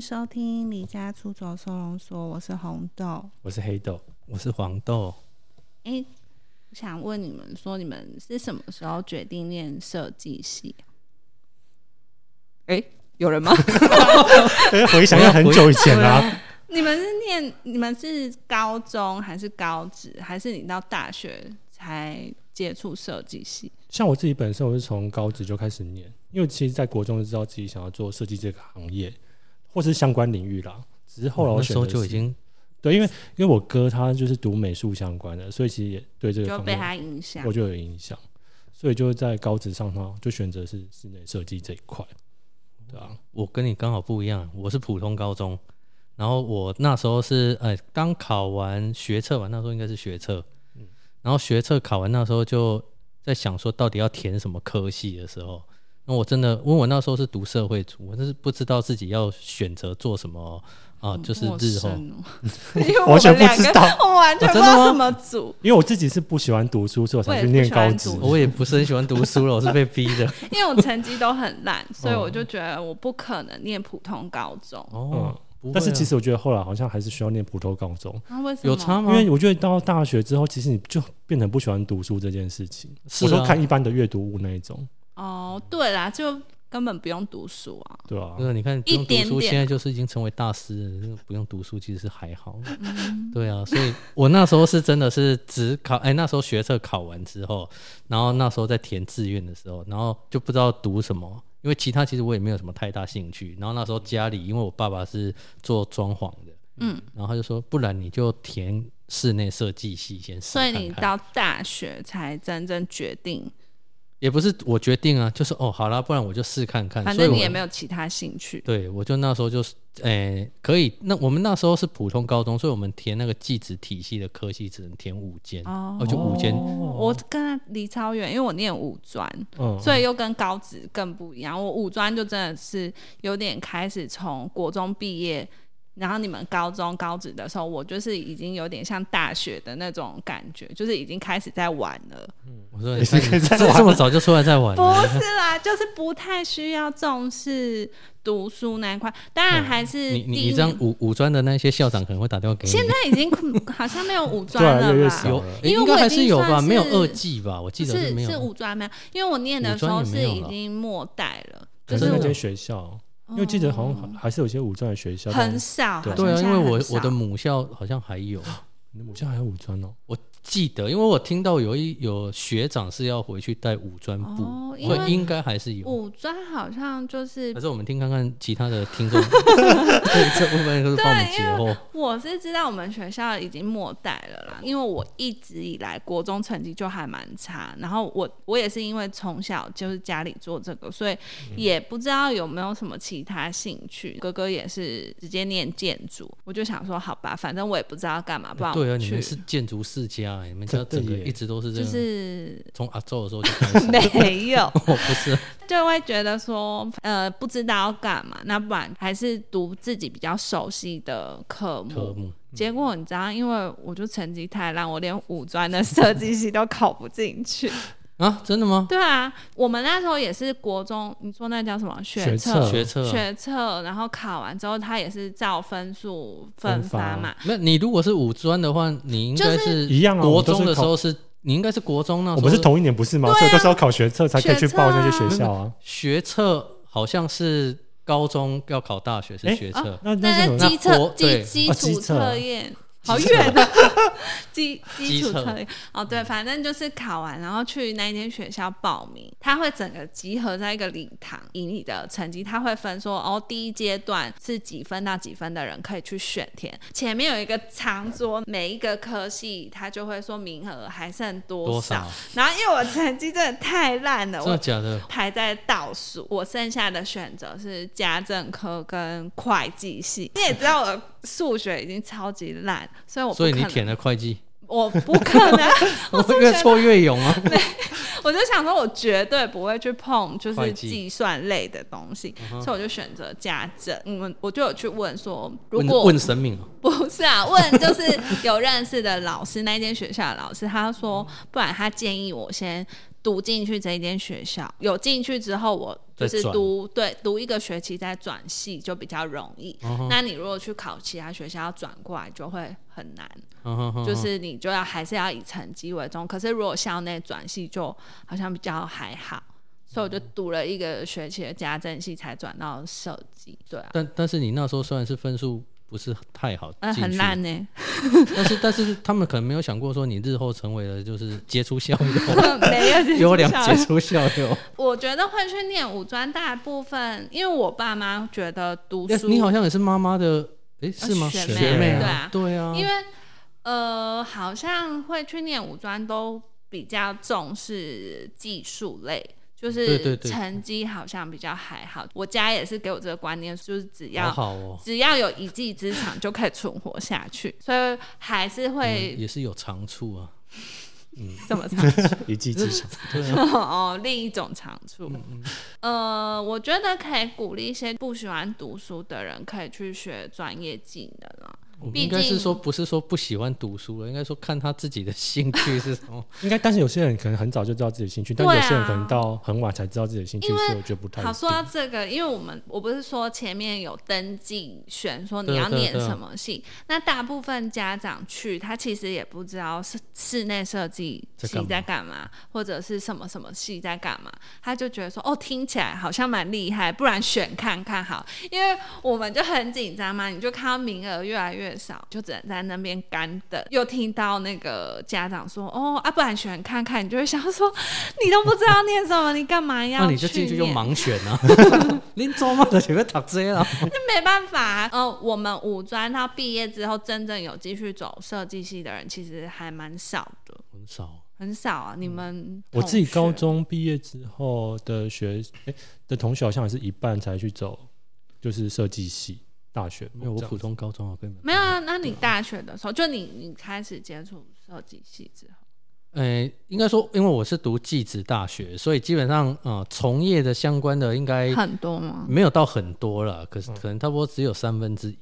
收听《离家出走收容所》，我是红豆。我是黑豆，我是黄豆。哎、我想问你们说，你们是什么时候决定念设计系？啊哎、有人吗？回想要很久以前啦、 你们是念你们是高中还是高职，还是你到大学才接触设计系？像我自己本身，我是从高职就开始念，因为其实在国中就知道自己想要做设计这个行业，或是相关领域啦。只是后来哦那我时选候择就已是经对，因为因为我哥他就是读美术相关的，所以其实也对这个就方被面他影响我。就有影响，所以就在高职上的话，就选择是室内设计这一块。对啊，我跟你刚好不一样，我是普通高中，然后我那时候是呃刚考完学测吧，那时候应该是学测，然后学测考完那时候就在想说到底要填什么科系的时候，那我真的，因为我那时候是读社会组，我就是不知道自己要选择做什么啊、就是陌日后生哦因为我完全们不两知个，道我完全啊不知真的道吗什么组，因为我自己是不喜欢读书，所以我我也才去不念喜欢高职读。书我也不是很喜欢读书了，我是被逼的。因为我成绩都很烂，所以我就觉得我不可能念普通高中。 哦，不会啊但是其实我觉得后来好像还是需要念普通高中，那、啊为什么有差因吗？为我觉得到大学之后，其实你就变成不喜欢读书这件事情。是我啊说看一般的阅读物那一种，哦，对啦，就根本不用读书啊。对啊，对啊，你看不用读点书，点现在就是已经成为大师了，就是不用读书其实是还好。嗯对啊，所以我那时候是真的是只考，哎、那时候学测考完之后，然后那时候在填志愿的时候，然后就不知道读什么，因为其他其实我也没有什么太大兴趣。然后那时候家里，因为我爸爸是做装潢的，嗯，然后他就说，不然你就填室内设计系先试所看以看。你到大学才真正决定，也不是我决定啊，就是哦，好啦，不然我就试看看。反所以正我你也没有其他兴趣。对，我就那时候就是，诶、可以。那我们那时候是普通高中，所以我们填那个技职体系的科系只能填五间，哦就五间。我跟他离超远，因为我念五专，嗯，哦所以又跟高职更不一样。我五专就真的是有点开始从国中毕业，然后你们高中高职的时候，我就是已经有点像大学的那种感觉，就是已经开始在玩了。我说也你是看可以你再这玩这么早就出来在玩不了，是啦，就是不太需要重视读书那一块，当然还是嗯你第你一你这样年五五专的那些校长可能会打电话给你。现在已经 好像没有五专对啊，越了来越吧？少有，了。诶因为应我该已还是经有算吧？没有是二技吧？我 记不得是没有。是五专没有，因为我念的五时专候也是没有已了经末代了，可就是是那我间学校，因为记得好像还是有些五专的学校，但很少，对好像对啊，现因在为我很我的少母校好像还有，你的母校还有五专哦。我记得，因为我听到有一有学长是要回去带五专部，哦因所为以应该还是有。五专好像就是还是我们听看看其他的 听众，对这部分就是帮我们解惑。我是知道我们学校已经末代了啦，因为我一直以来国中成绩就还蛮差，然后我我也是因为从小就是家里做这个，所以也不知道有没有什么其他兴趣。哥哥也是直接念建筑，我就想说好吧，反正我也不知道干嘛，不然对啊，我你去们是建筑世家、哎，你们家整真个的耶一直都是这就样，是从阿宙的时候就 开始。 没有。我不是，就会觉得说，呃，不知道要干嘛，那不然还是读自己比较熟悉的科目。科目结果你知道，因为我就成绩太烂，我连五专的设计系都考不进去。啊，真的吗？对啊，我们那时候也是国中，你说那叫什么学学测测？学测、啊，学测，然后考完之后，他也是照分数分分发发嘛。那你如果是五专的话，你应该就是是一样啊国我们都是中的时候是，你应该是国中那时我候们是同一年不是啊吗？所以都是要考学测才可以去报那些学校啊。学测，好像是高中要考大学是哎学测。那那但是是什那么？基国测基对基哦础基测测验。好远的基基基础测测验哦，对，反正就是考完，然后去那一间学校报名，他会整个集合在一个礼堂，以你的成绩，他会分说哦，第一阶段是几分到几分的人可以去选填，前面有一个长桌，每一个科系他就会说名额还剩多多少然后因为我成绩真的太烂了，真我的假的？排在倒数，我剩下的选择是家政科跟会计系。你也知 道我数学已经超级烂，所以我不所可以能，你填了会 计， 我不可能，我越挫越勇啊！我就想说，我绝对不会去碰就会是计嗯计算类的东西，所以我就选择家政。嗯，我我就有去问说，如问果问神明啊，不是啊，问就是有认识的老师，那间学校的老师，他说，不然他建议我先读进去这一间学校。有进去之后，我就再是转读对读一个学期再转系就比较容易。嗯哼那你如果去考其他学校要转过来就会很难，嗯哼哼就是你就要还是要以成绩为重。可是如果校内转系就好像比较还好，所以我就读了一个学期的家政系才转到设计。对啊，但但是你那时候虽然是分数不是太好，嗯，进很去烂呢、 但是但是他们可能没有想过说你日后成为 了就是杰出校友，没有优良杰出校友。我觉得会去念五专大部分，因为我爸妈觉得读哎书，哦你好像也是妈妈的，哎、是吗？学妹妹对啊啊，对啊，因为呃，好像会去念五专都比较重视技术类。就对对是对成绩好像比较还好，我家也是给我这个观念，就是只要好好哦、只要有一技之长就可以存活下去，所以还是嗯会也是有长处啊。这么长一技之长。对啊，哦，另一种长处。呃，我觉得可以鼓励一些不喜欢读书的人，可以去学专业技能啊。我们毕应该是竟说不是说不喜欢读书了，应该说看他自己的兴趣是什么。应该，但是有些人可能很早就知道自己的兴趣，但对啊有些人可能到很晚才知道自己的兴趣，因为所以我觉得不太一好，定说到这个，因为我们我不是说前面有登记选说你要对对啊念对什么系，那大部分家长去，他其实也不知道室室内设计在干系嘛在干嘛，或者是什么什么系在干嘛，他就觉得说哦，听起来好像蛮厉害，不然选看看好，因为我们就很紧张嘛，你就看到名额越来越少，就只能在那边干等。又听到那个家长说哦，啊，不然选看看，你就会想说 你都不知道念什么，你干嘛 要那啊你就进去就念盲选啊！ 你做嘛的前面读这个啊？没办法、呃，我们五专到毕业之后，真正有继续走设计系的人，其实还蛮少的，很少，很少啊。你们我自己同高学中毕业之后的学，诶的同学好像也是一半才去走，就是设计系大学。没有我这样普通高中啊，根本没有啊？那你大学的时候，就你你开始接触设计系之后，呃，应该说，因为我是读技职大学，所以基本上呃，从业的相关的应该哎很多吗？没有到很多了，可是嗯可能差不多只有三分之一。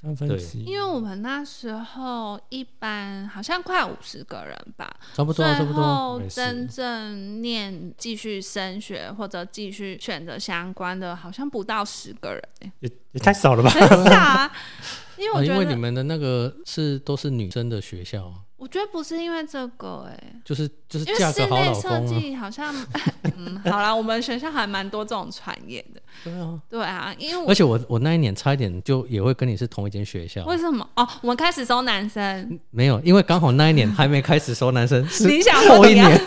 三分对之一，因为我们那时候一般好像快五十个人吧，差不多啊，差最不多啊。后没事真正念继续升学或者继续选择相关的，好像不到十个 人、欸，也也太少了吧？很少啊。因为啊我觉得，因为你们的那个是都是女生的学校啊，我觉得不是因为这个、欸，就是就是因为嫁室个好内老设公啊，计好像， 嗯，好啦，我们学校还蛮多这种传言的。对啊。对啊，因为我而且我我那一年差一点就也会跟你是同一间学校，为什么？哦，我们开始收男生，没有，因为刚好那一年还没开始收 男生，是你想 后说一你要年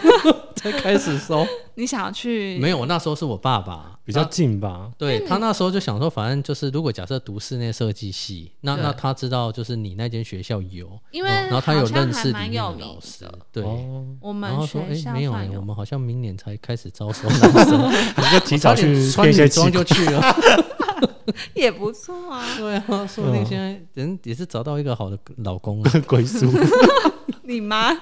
才开始收。你想要去没有，我那时候是我爸爸比较他近吧？对他那时候就想说，反正就是如果假设读室内设计系，那对那他知道就是你那间学校有，因为嗯然后他有好像认识还里蛮面有的名老师的，对。哦，我然后们说：“学哎、校没有、算哎，我有们好像明年才开始招收男 生，你就提早差点去穿变一些女技装就去了。。也不错啊 对啊，说不定现在人也是找到一个好的老公 啊。能归宿。你妈，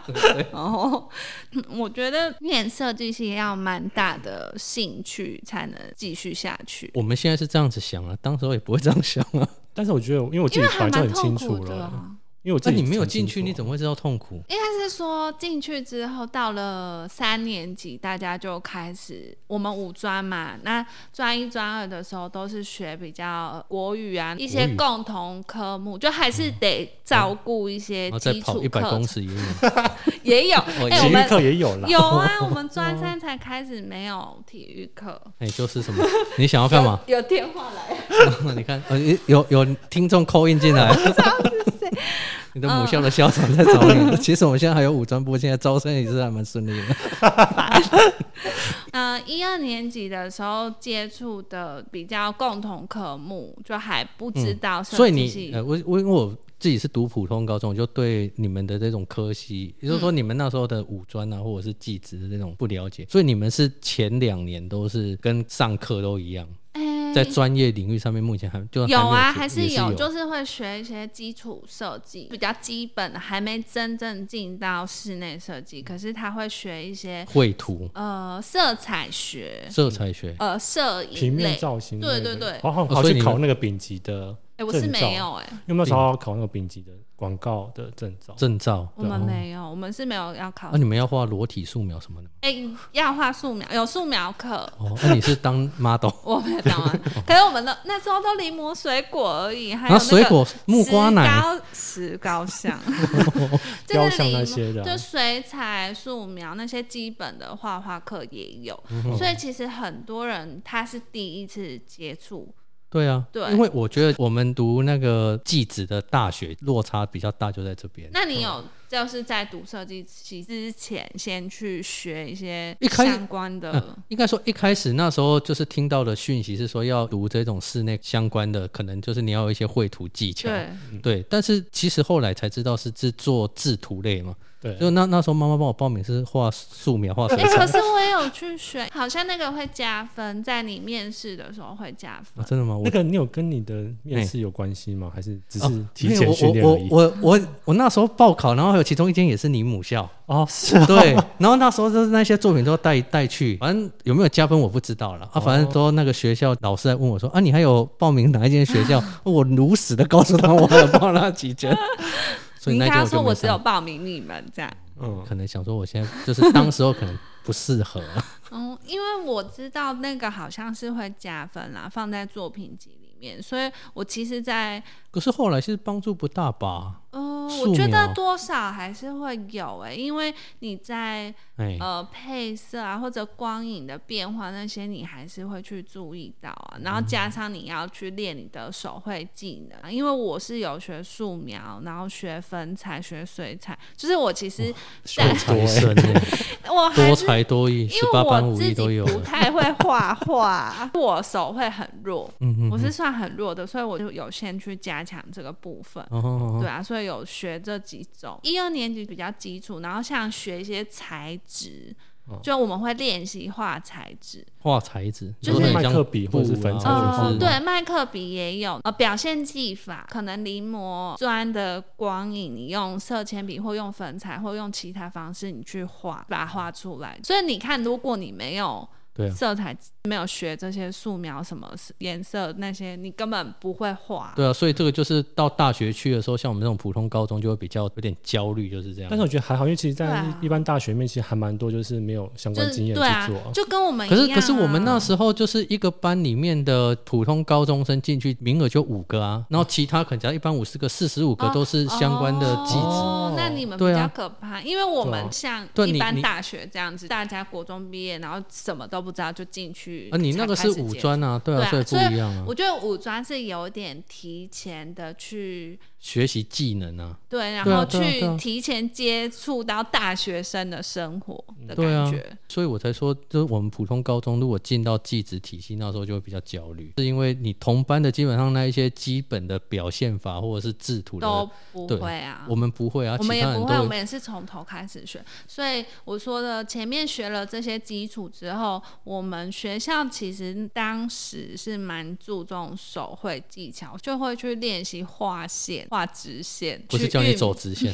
哦，嗯我觉得念设计系要蛮大的兴趣才能继续下去，我们现在是这样子想啊，当时候也不会这样想啊。但是我觉得，因为我自因己为还环境蛮很痛清苦楚的啊、了，因为我那 自己你没有很清进去，楚你怎么会知道痛苦？应该是说进去之后，到了三年级，大家就开始我们五专嘛，那专一、专二的时候都是学比较国语啊，一些国语共同科目，就还是得照顾一些然后再基础哦跑一百课公程，尺以内，也有。 哦哎、也我体育们课也有啦。有啊，我们专三才开始没有体育课。哎、就是什么？你想要干 嘛？有电话来， 你看，呃，有有听众扣印进 来，你的母校的校长在找你。其实我们现在还有武专部，现在招生也是还蛮顺利 的。嗯、一二年级的时候接触的比较共同科目，就还不知道设计系、嗯所以你，呃，我我因为我自己是读普通高中，我就对你们的这种科系，也就是说你们那时候的武专啊，或者是技职的这种不了解，所以你们是前两年都是跟上课都一样，哎在专业领域上面目前还嗯就还没有啊，接还也是是有，有，就是会学一些基础设计，比较基本的，还没真正进到室内设计。可是他会学一些绘图、呃色彩学、色彩学。呃摄影类 平面造型类对的，对对好好哦好所以去你考那个丙级的我是证照没有哎、因为我们那时候要考那个丙级的广告的证照，证照。我们哦没有，我们是没有要考啊，。你们要画裸体素描什么的吗？哎、要画素描，有素描课，哦，那、你是当 model，我没 有当完。可是我们的那时候都临摹水果而已， 还然有那个后啊水果木瓜奶，石膏石膏像，就是雕像那些的临啊摹就水彩、素描那些基本的画画课也有，嗯所以其实很多人他是第一次接触，对啊，对因为我觉得我们读那个技职的大学落差比较大，就在这边。那你嗯有就是在读设计系之前，先去学一些一开始相关的，嗯，应该说一开始那时候就是听到的讯息是说要读这种室内相关的，可能就是你要有一些绘图技巧，对，对但是其实后来才知道是制作制图类嘛，对，就那那时候妈妈帮我报名是画素描、画水哎、可 彩、是我也有去学，好像那个会加分，在你面试的时候会加啊分。真的吗？我那个你有跟你的面试有关系吗？还是只哦是提没有前训练我而已？我我我我那时候报考，然后还有其中一间也是你母校，哦，是啊，对，然后那时候就是那些作品都带带去，反正有没有加分我不知道了啊，哦反正都那个学校老师来问我说啊，你还有报名哪一间学校？ 我如实的告诉他我还有报那 几间，所以你那刚刚间我说就我没只有上。报名你们这样，嗯，可能想说我现在就是当时候可能不适合啊，嗯，因为我知道那个好像是会加分啦，放在作品集里面，所以我其实在，可是后来其实帮助不大吧？呃，素我觉描得多少还是会有诶、因为你在哎，呃配色啊或者光影的变化那些，你还是会去注意到啊。然后嗯加上你要去练你的手绘技能，啊因为我是有学素描，然后学粉彩、学水彩，就是我其实秀在才生啊欸， 我还多是。才多艺，因十为八般我武自艺都己有。不太会画画， 我手会很弱，嗯嗯我是算很弱的，所以我就有先去加强这个部分。哦哦，对哦啊，所以有学这几种，一二年级比较基础，然后像学一些材质，哦就我们会练习画材质，画材质，就有是点麦像克笔或者是布啊粉彩或者呃是，对，麦克笔也有，呃，表现技法，可能临摹砖的光影，你用色铅笔或用粉彩或用其他方式你去画，把它画出来。所以你看，如果你没有对啊，色彩，没有学这些素描什么颜色那些，你根本不会画。对啊，所以这个就是到大学去的时候，像我们这种普通高中就会比较有点焦虑，就是这样。但是我觉得还好，因为其实，对在啊一般大学里面，其实还蛮多就是没有相就关经是验对啊去做啊，。就跟我们一可样、是啊。可是我们那时候就是一个班里面的普通高中生进去名额就五个啊，然后其他可能只要一般五十个、四十五个哦都是相关的技职。哦，那你们比对较啊可怕，因为我们像对啊你一般你大学这样子，大家国中毕业，然后什么都不知道就进去。啊，你那个是五。专啊，对啊，对啊所以不一样啊，我觉得五专是有点提前的去学习技能啊，对，然对啊后对啊去对啊提前接触到大学生的生活的对感啊觉。所以我才说，就是我们普通高中如果进到技职体系，那时候就会比较焦虑，是因为你同班的基本上那一些基本的表现法或者是制图的，都不对会啊，我们不会啊，我们其也他不人会，都我们也是从头开始学。所以我说的，前面学了这些基础之后，我们学校其实当时是蛮注重手绘技巧，就会去练习画线、画直线。不是去叫你运走直线，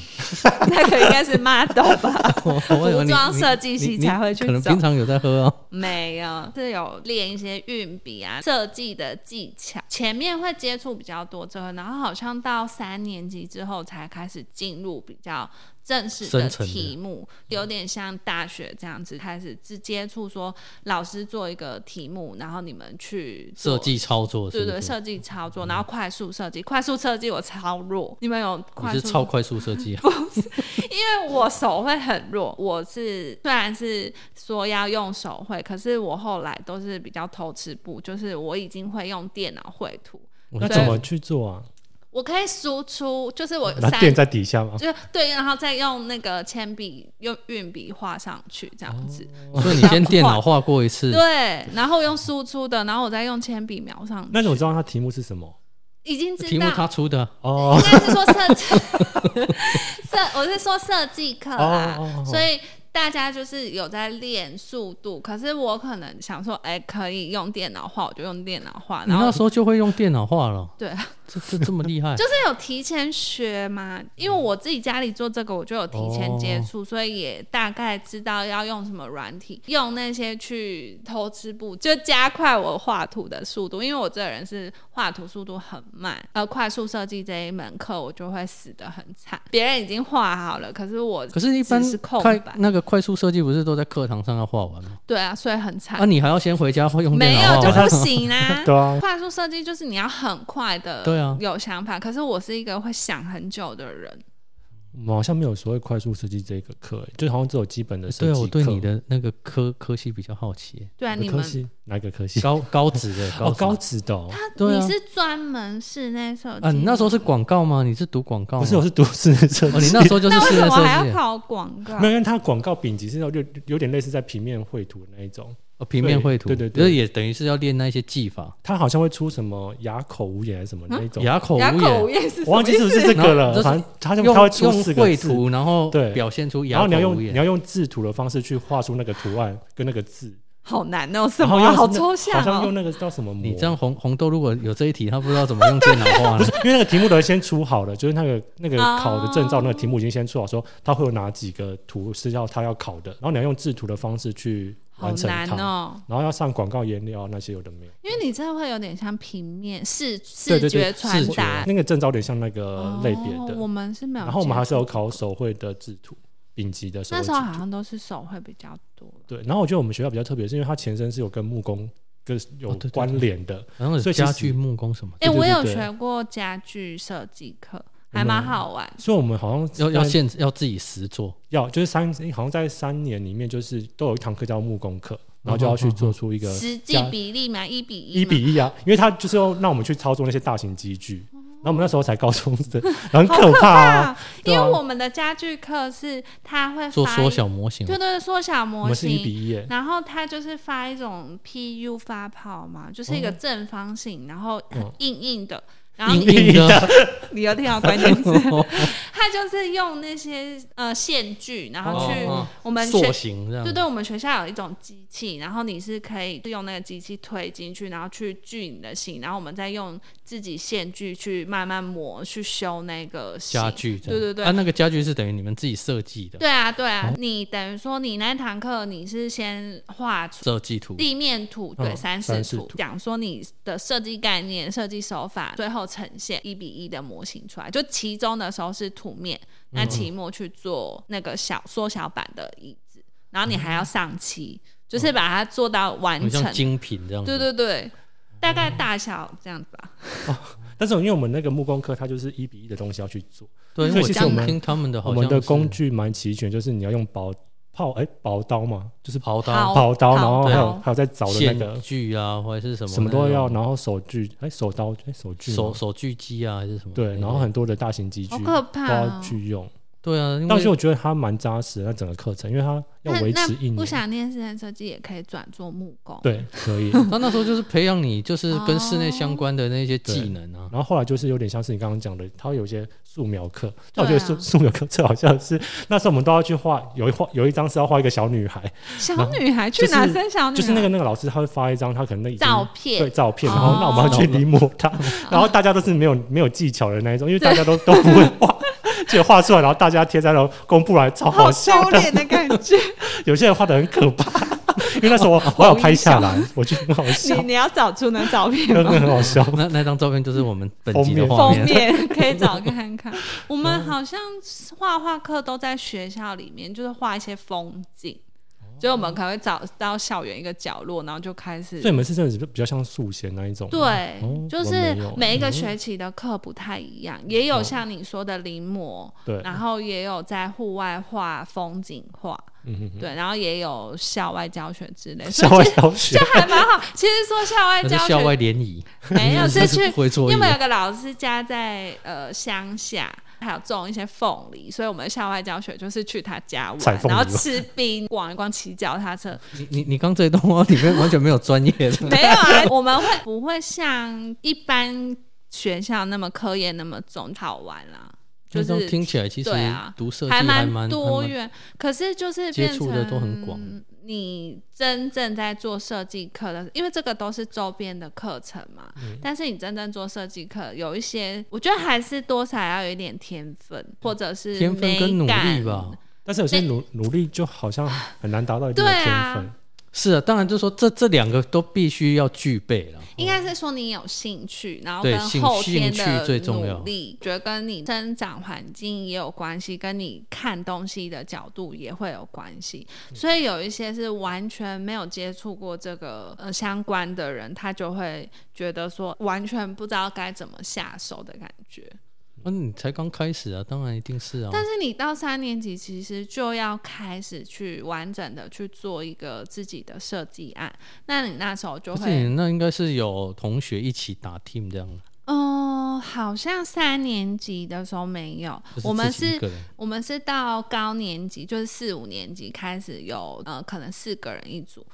那个应该是 model 吧？我我以为 你服装你设计你系你才会去可能走平常有在 喝啊。没有，是有练一些运笔啊、设计的技巧。前面会接触比较多这个，然后好像到三年级之后才开始进入比较正式的深层的题目，有点像大学这样子开始只接触说老师做一个题目，然后你们去做设。计嗯操作是对不是，对，设计操作，然后快速设计，快速设计我超弱，你们有快你速是超快速设 计啊，因为我手会很弱，我是虽然是说要用手绘，可是我后来都是比较偷吃步，就是我已经会用电脑绘图，那怎么去做啊？我可以输出，就是哦我呃把三垫在底下吗？就是对，然后再用那个铅笔用运笔画上去这样子，所以你先 电脑画过一次，对，然后用输出的，然后我再用铅笔描上去，那你怎么知道它题目是什么？已经知题目道他出的，哦，应该是说设计设，我是说设计课啦，哦哦哦哦所以。大家就是有在练速度，可是我可能想说，哎、可以用电脑画，我就用电脑画。你然后那时候就会用电脑画了。对啊，这这这么厉 害？就是有提前学嘛，因为我自己家里做这个，我就有提前接触，哦所以也大概知道要用什么软体，用那些去偷织布，就加快我画图的速度。因为我这个人是画图速度很慢，呃，快速设计这一门课我就会死得很惨。别人已经画好了，可是我嗯可是，一般只是空快白那个快速设计不是都在课堂上要画完吗？对啊，所以很惨。啊，你还要先回家会用电没有脑就画不完？行 啦、对啊，快速设计就是你要很快的，对啊有想法。可是我是一个会想很久的人，我们好像没有所谓快速设计这个课、欸，就好像只有基本的对，设计啊课。我对你的那个科科系比较好奇，对啊，哪个你科们系哪个科系？高高职的哦，职高职的、哦，对啊你是专门室内设计？啊，你嗯那时候是广告吗？你是读广告吗？不是，我是读室内设计。哦，你那时候就是那为室什内么还要设计，考广告没？有，因为它广告丙级是要有有点类似在平面绘图的那一种，哦，平面绘图，对对对就是也等于是要练那些技法，它好像会出什么哑口无言还嗯是什么那一种，哑口无哑口无言，言是什我忘么记意是不思？是这然后就个了，是反正它就用它会出四用个绘字，图，然后对表现出然哑后口你要用无你言。要用制图的方式去画出那个图案跟那个字，好难哦，什然么后啊用好那抽好象像用哦。那个叫什么模，你这样红红豆如果有这一题，他不知道怎么用电脑画了。因为那个题目都先出好了，就是那个那个哦考的证照那个题目已经先出好，说它会有哪几个图是要他要考的，然后你要用制图的方式去好完成难它，哦，然后要上广告颜料啊那些有的没有，因为你这会有点像平面视对视对觉对，传视觉达那个证照有点像那个类别哦的，我们是没有接触过，然后我们还是有考手绘的制图，丙级的手绘那制时候好图。像都是手绘比较多。对，然后我觉得我们学校比较特别，是因为它前身是有跟木工跟有哦对对对关联的， 然后有所以其实家具、木工什么的，哎，对对我有对学过家具设计课，还蛮好玩。所以我们好像要要在现要自己实做。要就是三好像在三年里面就是都有一堂课叫木工课，然嗯后就要去做出一个实际家比例嘛，一比一，一比一啊，因为它就是要让我们去操作那些大型机具。然后我们那时候才高中生，然后很好可怕啊！啊因对为啊我们的家具课是它会做发缩一小模型对，对对，缩小我模们是一比型。一耶，然后它就是发一种 PU 发泡嘛，就是一个正方形，然后很嗯硬硬的。然后硬你硬的，你要听到关键 词，它就是用那些呃线锯，然后去哦哦我们学塑形这样对。对，我们学校有一种机器，然后你是可以用那个机器推进去，然后去锯你的形，然后我们再用自己线锯去慢慢磨去修那个形家具这对样，对对啊，那个家具是等于你们自己设计的对啊，对啊，你等于说你那堂课你是先画出设计图，地面图，对，嗯三视三视图，图讲说你的设计概念、设计手法，最后呈现一比一的模型出来。就其中的时候是图面，嗯那期末去做那个小缩小版的椅子，然后你还要上漆，嗯就是把它做到完很成像。精品这样子。对对对，大概大小这样子吧。但是因为我们那个木工课，它就是一比一的东西要去做，对，因为所以我其实听我们听他们的我好像们的是工具蛮齐全，就是你要用薄刨哎薄刀嘛，就是好刨刀、刨刀，然后还对有还有在凿的那线个锯啊，或者是什么什么都要，那种然后手锯哎手刀哎手锯吗手手锯机啊，还是什么之类对，的？然后很多的大型机具好可都怕要哦、去用。对啊，因但是我为觉得它蛮扎实的，那整个课程，因为它要那维那持一不年。想念室内设计也可以转做木工。对，可以。他那时候就是培养你，就是哦跟室内相关的那些技能啊。然后后来就是有点像是你刚刚讲的，它有一些素描课，对但啊我觉得素、 素描课最好像是那时候我们都要去画，有一画有一张是要画一个小女孩，小女孩去就是哪生小女孩？ 就是那个那个老师他会发一张他可能那已经哦照对片，照片，哦然后那我们要去临摹它，然后大家都是没有没有技巧的那一种，因为大家都都不会画，就画出来，然后大家贴在那公布来，超好好笑羞的。脸的感觉。有些人画的很可怕，因为那时候我我有拍下来，我觉得很好 笑你，你要找出那照片真的吗？很好笑。那那张照片就是我们本集的封面画封面，面可以找看看。我们好像画画课都在学校里面，就是画一些风景，所以我们可能会找到校园一个角落，然后就开始所以。你们是真的比较像速写那一种吗，对哦，就我是没有每一个学期的课不太一样，也有像你说的临摹，嗯对，然后也有在户外画风景画，嗯哼哼，对，然后也有校外教学之类，所校以外教学这还蛮好。其实说校外 那教是学校外联谊，没 有，是去不会作业因为。有个老师家在呃乡下，还有种一些凤梨，所以我们校外教学就是去他家采玩，凤梨然吗后吃冰，逛一逛，骑脚踏 车。你你你刚这一段话里面完全没有专业的，没有啊，我们会不会像一般学校那么科研那么重好玩啦、啊就那这样是听起来其实对啊读设计还蛮多还蛮元，可是就是接变触的都很广成你真正在做设计课的，因为这个都是周边的课程嘛，嗯但是你真正做设计课，有一些我觉得还是多少要有一点天分，或者是天分跟美努力感吧。但是有些努努力就好像很难达到一定的对天啊分，是啊，当然就是说这这两个都必须要具备了。应该是说你有兴趣，然后哦对跟兴后天兴趣最的重要努力，觉得跟你生长环境也有关系，跟你看东西的角度也会有关系。嗯所以有一些是完全没有接触过这个呃相关的人，他就会觉得说完全不知道该怎么下手的感觉。嗯那、你才刚开始啊，当然一定是啊。但是你到三年级，其实就要开始去完整的去做一个自己的设计案，那你那时候就而会且你那应该是有同学一起打 team 这样，嗯，好像三年级的时候没有，就是我们自己一是个，人。我们是到高年级，就是四五年级开始有，呃，可能四个人一组。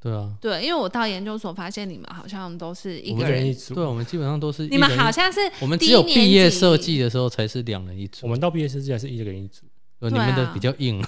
对啊，对，因为我到研究所发现你们好像都是一五个个人人，一组。对啊，我们基本上都是一你们人好一，像是我们低只有年毕业级设计的时候才是两人一组，我们到毕业设计还是一个人一组，呃你对啊们的比较硬。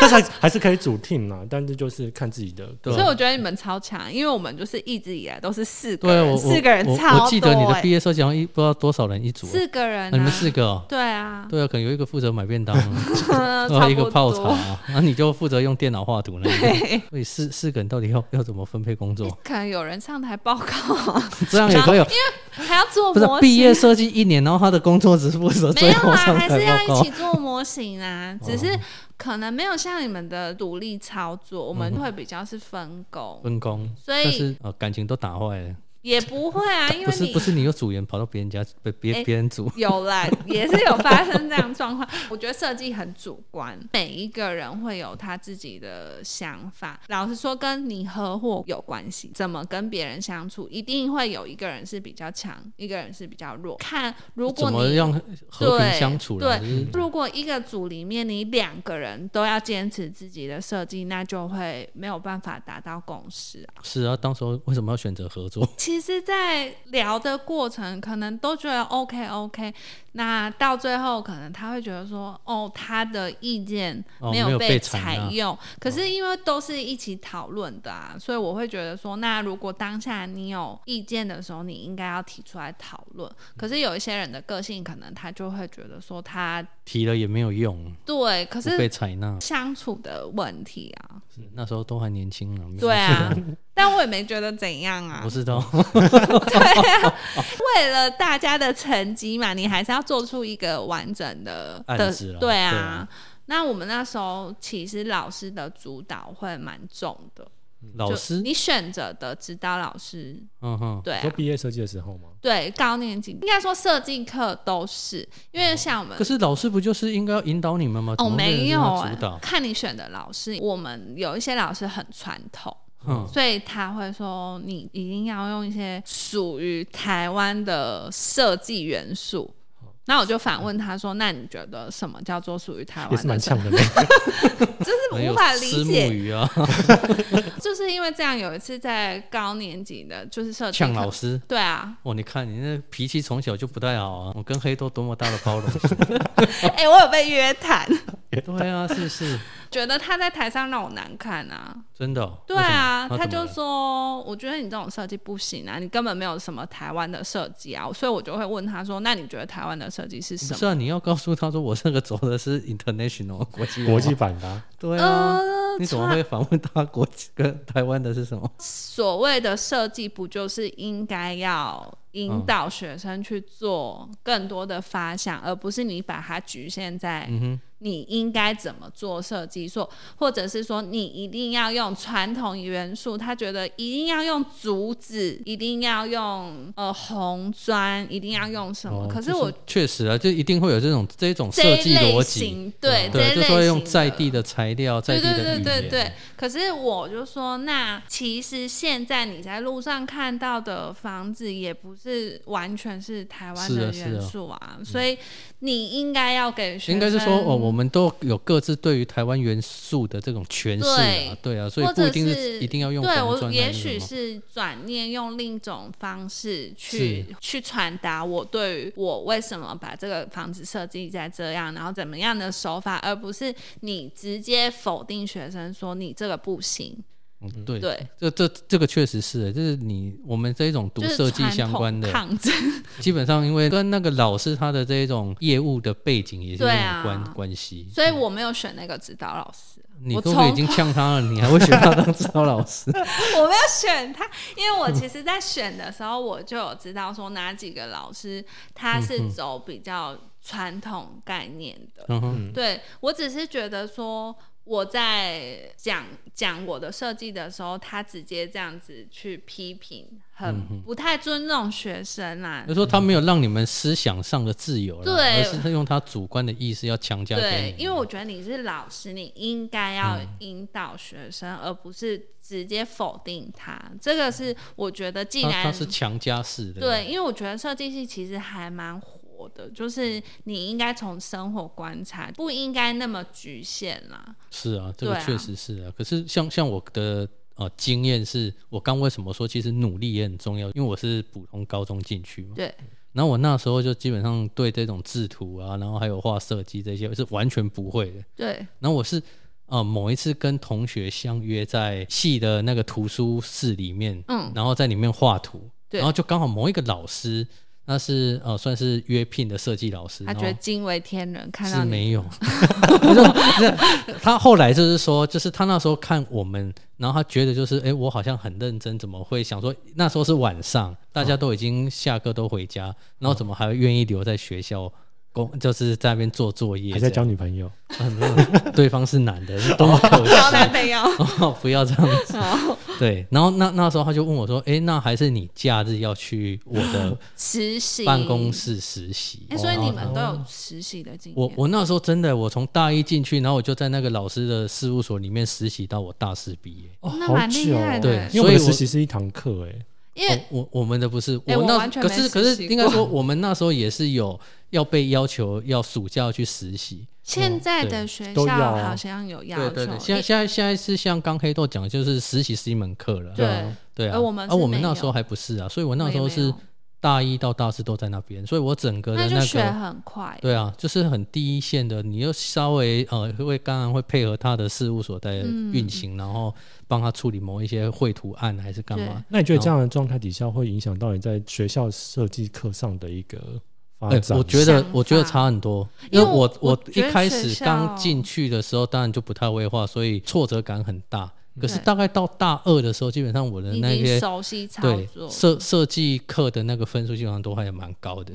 但是还还是可以组 team 啦，但是就是看自己的个啊所人。以我觉得你们超强，因为我们就是一直以来都是四个对啊，我人，我四个人超我多、欸，我记得你的毕业设计好像一不知道多少人一组啊，四个人、啊啊你们四个哦。对 啊，对啊，可能有一个负责买便当 啊，然差后一个不泡多。茶啊，然后你就负责用电脑画图那一个。所以四四个人到底要要怎么分配工作？ 可能有人上台报告啊，这样也可以哦，还要做不是模型。毕业设计一年，然后他的工作只是负 责没最有后啊，上还是要台哦报一起告。做模型 啊，只是可能没有像你们的独立操作，我们会比较是分工，嗯分工，所但以是呃感情都打坏了，也不会啊，因不为是你不是你有组员跑到别人家被别哎别人组，有啦， 也是有发生这样的状况。我觉得设计很主观，每一个人会有他自己的想法。老实说，跟你合伙有关系，怎么跟别人相处，一定会有一个人是比较强，一个人是比较弱。看如果怎你么让和平相处啦？对啊就是如果一个组里面你两个人都要坚持自己的设计，那就会没有办法达到共识啊。是啊，当时候为什么要选择 合作？其实，在聊的过程，可能都觉得 OK OK，那到最后可能他会觉得说，哦，他的意见哦没没有被被采采纳用，可是因为都是一起讨论的啊，所以我会觉得说，那如果当下你有意见的时候，你应该要提出来讨论。嗯可是有一些人的个性，可能他就会觉得说他提了也没有用，对，可不是被采纳。相处的问题啊。是那时候都还年轻啊，没有对 啊，但我也没觉得怎样啊不。知道。为了大家的成绩嘛，你还是要做出一个完整的案的子啦对对啊啊。那我们那时候其实老师的主导会蛮重的， 老就师，你选择的指导老师，嗯哼，对啊、说毕业设计的时候吗？对，高年级应该说设计课都是，因为像我们哦可是老师不就是应该要引导你们吗？哦怎么会人没有家哎主导，看你选的老师，我们有一些老师很传统，嗯，所以他会说你一定要用一些属于台湾的设计元素。那我就反问他说：“那你觉得什么叫做属于台也是湾蛮的设呛计？的呢。就是还有无法虱理目解，鱼啊，就是因为这样。有一次在高年级的，就是设计 呛老课，师。对 啊，哦，你看你那脾气从小就不太好啊！我跟黑豆多么大的包容， 哎、我有被约谈，对啊，是不是？觉得他在台上让我难看啊。真的哦、对啊，为什么他就怎么了说，我觉得你这种设计不行啊，你根本没有什么台湾的设计啊，所以我就会问他说，那你觉得台湾的设计是什不么？是啊，你要告诉他说我这个走的是 international 国际化 国际，版的啊、对啊，呃你怎么会反问他国际跟台湾的是什么？所谓的设计，不就是应该要引导学生去做更多的发想，而不是你把它局限在嗯你应该怎么做设计，说、或者是说你一定要用传统元素，他觉得一定要用竹子，一定要用呃红砖，一定要用什么？哦可就是我确实啊，就一定会有这种这种这设一计类逻辑，嗯型，对这对，一就类是会用型在地的材料、在对地对的对语对言，对，可是我就说，那其实现在你在路上看到的房子也不是完全是台湾是啊的是啊元素啊，所以你应该要给学生嗯应该是说哦，我我们都有各自对于台湾元素的这种诠释啊，对啊，所以或不者一定是一定要用对红我砖也来许什么是转念用另一种方式去去传达我对于我为什么把这个房子设计在这样，然后怎么样的手法，而不是你直接否定学生说你这个不行。嗯对对，这这这个确实是，就是你我们这种读就是设计传相统关的，抗争，基本上因为跟那个老师他的这一种业务的背景也是有对种啊关、关系， 所以我没有选那个指导老师，你我都从已经呛他了，你还会选他当指导老师？ 我没有选他，因为我其实，在选的时候我就有知道说哪几个老师他是走比较传统概念的， 嗯哼，对我只是觉得说我在讲讲我的设计的时候，他直接这样子去批评，嗯很不太尊重学生啦、就说他没有让你们思想上的自由啦，对而是他用他主观的意识要强加给对，你。嗯因为我觉得你是老师，你应该要引导学生，而不是直接否定他。这个是我觉得，既他然他是强加式的，对，因为我觉得设计系其实还蛮活的，就是你应该从生活观察，不应该那么局限啦。是啊，这个对啊确实是啊。可是像像我的呃经验是，我刚为什么说其实努力也很重要，因为我是普通高中进去嘛。对。然后我那时候就基本上对这种制图啊，然后还有画设计这些是完全不会的。对，然后我是呃某一次跟同学相约在系的那个图书室里面，嗯，然后在里面画图，对然后就刚好某一个老师，那是呃算是约聘的设计老师，他然觉得后惊为天人，看哦是到你没有， 不是不是他后来就是说，就是他那时候看我们，然后他觉得就是哎、诶我好像很认真，怎么会想说那时候是晚上，大家都已经下课都回嗯家，然后怎么还会愿意留在学校？工就是在那边做作业，还在这交女朋友，样没有对方是男的，是多么可惜。交男朋友。哦， 不要这样 子。哦对，然后那那时候他就问我说：“诶，那还是你假日要去我的实习 办公。室实习？”哎、所以你然们后都有实习的经我验。我那时候真的，我从大一进去，然后我就在那个老师的事务所里面实习到我大四毕业。哦，那好蛮厉久害哦，的对因为所我们的以我实习是一堂课，哎，因为哎哦我我们的不是，诶我那完全可没是可实是习应该过说，我们那时候也是有要被要求要暑假要去实习。现在的学都要校啊好像有要对求，对对，现在现在现在是像刚黑豆讲，的，就是实习是一门课了。对啊对啊，而我们啊是我没们那时候有还不是啊，所以我那我也时候没是有大一到大四都在那边，所以我整个的那就学个。很快。对啊，就是很第一线的，你又稍微呃会当然会配合他的事务所在运嗯行，然后帮他处理某一些绘图案还是干嘛？呃那你觉得这样的状态底下会影响到你在学校设计课上的一个发哎、展吗？我觉得想我觉得法差很多，因因为为我我我一觉得开学始校刚进去的时候，当然就不太会画，所以挫折感很大。可是对大概到大二的时候，基本上我的你那已经些熟悉操对作，设设计课的那个分数基本上都还蛮高的，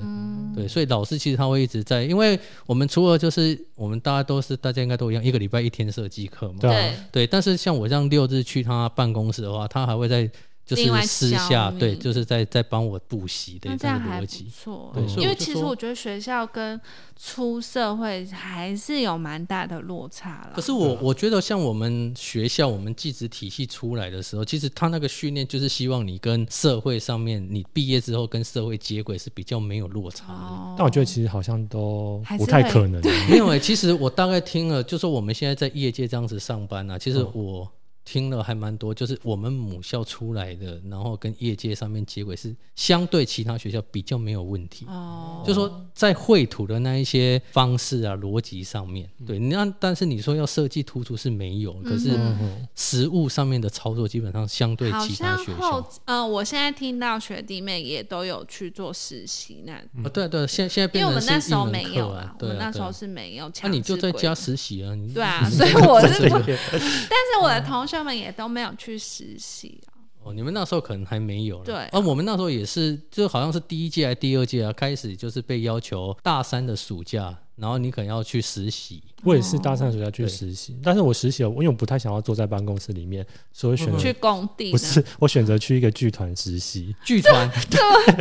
对，所以老师其实他会一直在，因为我们除了就是我们大家都是大家应该都一样，一个礼拜一天设计课嘛，对啊对对，但是像我这样六日去他办公室的话，他还会在就是另外私教下你对，就是在在帮我补习的那这这个样还逻不辑，错。对所以因我为就其实说我觉得学校跟出社会还是有蛮大的落差了。可是啊我我觉得，像我们学校我们技职体系出来的时候，其实他那个训练就是希望你跟社会上面，你毕业之后跟社会接轨是比较没有落差的。哦，但我觉得其实好像都还是不太会 可能。 没有哎、其实我大概听了，就说我们现在在业界这样子上班啊，其实哦我听了还蛮多，就是我们母校出来的，然后跟业界上面接轨是相对其他学校比较没有问题。哦，就说在绘图的那一些方式啊、逻辑上面，嗯对，那但是你说要设计突出是没有，可是嗯实物上面的操作基本上相对好其他像学校后，呃，我现在听到学弟妹也都有去做实习，那啊，对啊对啊，现在现在因变为我成们是那时候一门没课有啊，我对啊，们那对时候啊是没有强制那你就在规家定实习啊，你对啊，所 以我是不，对但是我的同学们也都没有去实习啊、哦，你们那时候可能还没有了。对啊，我们那时候也是，就好像是第一届还是第二届啊，开始就是被要求大三的暑假，然后你可能要去实习。我也是大三的暑假去哦对实习，但是我实习了，因为我不太想要坐在办公室里面，所以我选嗯择、去啊工地不呢，是我选择去一个剧团实习。剧团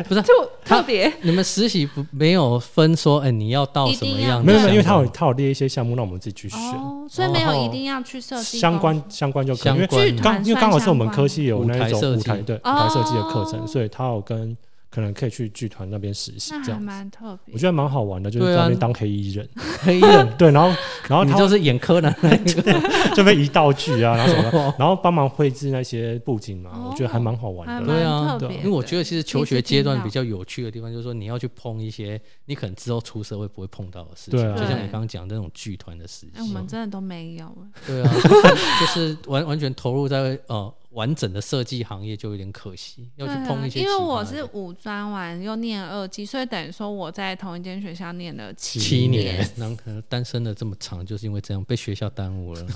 不是特他特别你们实习不没有分说，哎、你要到一什么定要样的项目？没有没有，因为他有他有列一些项目让我们自己去选，哦，所以没有然后一定要去设计相关公司相关就可以，相因为关剧团刚因为刚好是我们科系有舞那台一种设舞计台对舞台设计的课程，哦所以他有跟可能可以去剧团那边实习那这还样子。蛮特别。我觉得蛮好玩的，就是对在啊那边当黑衣人， 黑衣人，对，然后然后你他就是演柯南那一 个，这边移道具啊，然后 什么的，然后帮忙绘制那些布景嘛，哦我觉得还蛮好玩还的。蛮对啊特别的因为我觉得其实求学阶段比较有趣的地方，就是说你要去碰一些你可能之后出社会不会碰到的事情，对啊就像你对刚刚讲的那种剧团的实哎，我习，们真的都没有哎。对啊，就是就是完完全投入在呃完整的设计行业就有点可惜，要去对啊碰一些其因他为的。我是五专完又念二技，所以等于说我在同一间学校念了七七年年，然后可能单身了这么长，就是因为这样被学校耽误 了。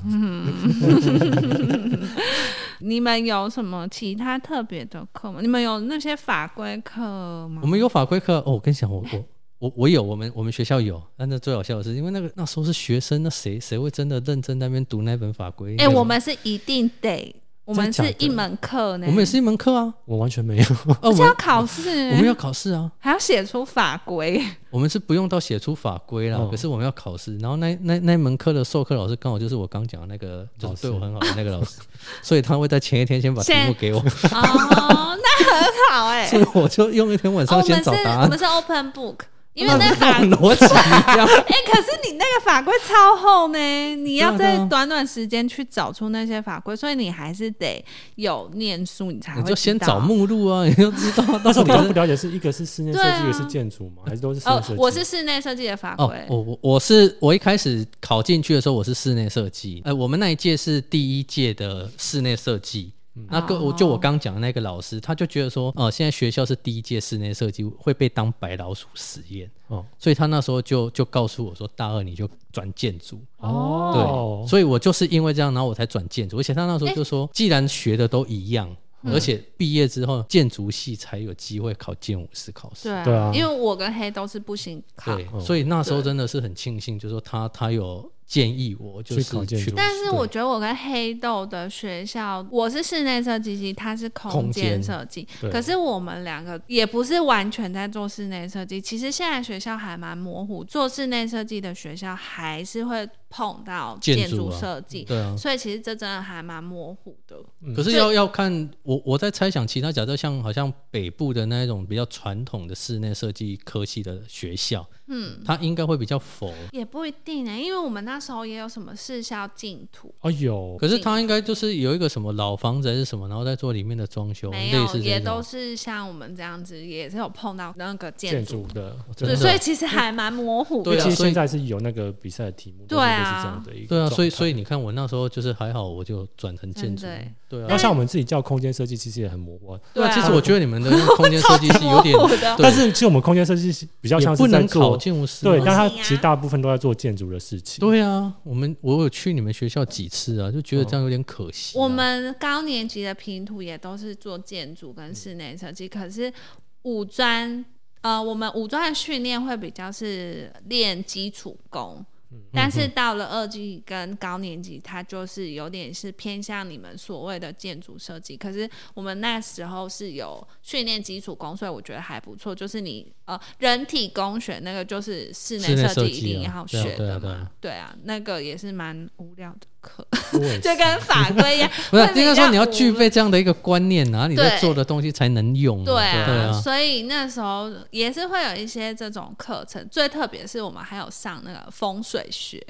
你们有什么其他特别的课吗？你们有那些法规课吗？我们有法规课哦，我跟你讲，我我我我有，我们我们学校有，但是最好笑的是，因为那个那时候是学生，那谁谁会真的认真在那边读那本法规？哎、我们是一定得，我们真是的假的一门课呢，我们也是一门课啊，我完全没有，哦，我是要们考试，我们要考试啊，还要写出法规，我们是不用到写出法规啦，哦可是我们要考试。然后那那那一门课的授课老师刚好就是我刚讲的那个，就是对我很好的那个老师， 所以他会在前一天先把题目先给我，哦，那很好哎、所以我就用一天晚哦，上我们先是找答我案们。是 open book，因为那个法那不是跟我逻辑一 样，哎、可是你那个法规超厚呢，你要对啊在对啊短短时间去找出那些法规，所以你还是得有念书，你才会你就先知道哦找目录啊，你就知道到但是底我比 较是不了解，是一个是室内设对计，啊一个是建筑嘛，还是都是室内哦设计？，我是室内设计的法规、哦，我我我是我一开始考进去的时候，我是室内设计。呃，我们那一届是第一届的室内设计。那个我就我刚讲的那个老师，他就觉得说，呃，现在学校是第一届室内设计会被当白老鼠实验，哦所以他那时候就就告诉我说，大二你就转建筑。对，哦，所以我就是因为这样，然后我才转建筑。而且他那时候就说，既然学的都一样，而且毕业之后建筑系才有机会考建五师考试对。啊对啊因为我跟黑都是不行考。对，所以那时候真的是很庆幸，就是说他他有建议我，就是去考建筑但是对我觉得我跟黑豆的学校，我是室内设计系，他是空空间间设计。对可是我们两个也不是完全在做室内设计，其实现在学校还蛮模糊，做室内设计的学校还是会碰到建建筑筑啊设计，对啊。所以其实这真的还蛮模糊的。可是要要看我我在猜想，其他假设像好像北部的那一种比较传统的室内设计科系的学校，嗯，它应该会比较佛，也不一定呢、欸因为我们那时候也有什么视效净土，哦有，嗯可是它应该就是有一个什么老房子还是什么，然后再做里面的装修，没类有，似也这都种。是像我们这样子，也是有碰到那个建建筑，筑的，对，真的所以其实还蛮模糊的。对啊其实所以现在是有那个比赛的题目，对啊都是类似这样的一个对啊，所以状态所以你看我那时候就是还好，我就转成建筑真的欸，对啊那。像我们自己叫空间设计，其实也很模糊啊。对啊其实我觉得你们的那个空间设计是有点超级模糊的， 对但是其实我们空间设计是比较像也不是在能考做，建筑师啊，对，但它行啊其实大部分都在做建筑的事情。对啊，我们我有去你们学校几次啊，就觉得这样有点可惜啊、我们高年级的平图也都是做建筑跟室内设计，可是五专呃，我们五专的训练会比较是练基础功。嗯但是到了二级跟高年级，它就是有点是偏向你们所谓的建筑设计。可是我们那时候是有训练基础功，所以我觉得还不错。就是你呃，人体工学那个就是室内室内设设计一计定啊要对啊学对啊的对啊嘛，对啊，那个也是蛮无聊的课。对就跟法规一样 ，不是啊会比应该较说你要无具备这样的一个观念、然后你在对做的东西才能用、对啊，啊，对啊。所以那时候也是会有一些这种课程。最特别是我们还有上那个风水学，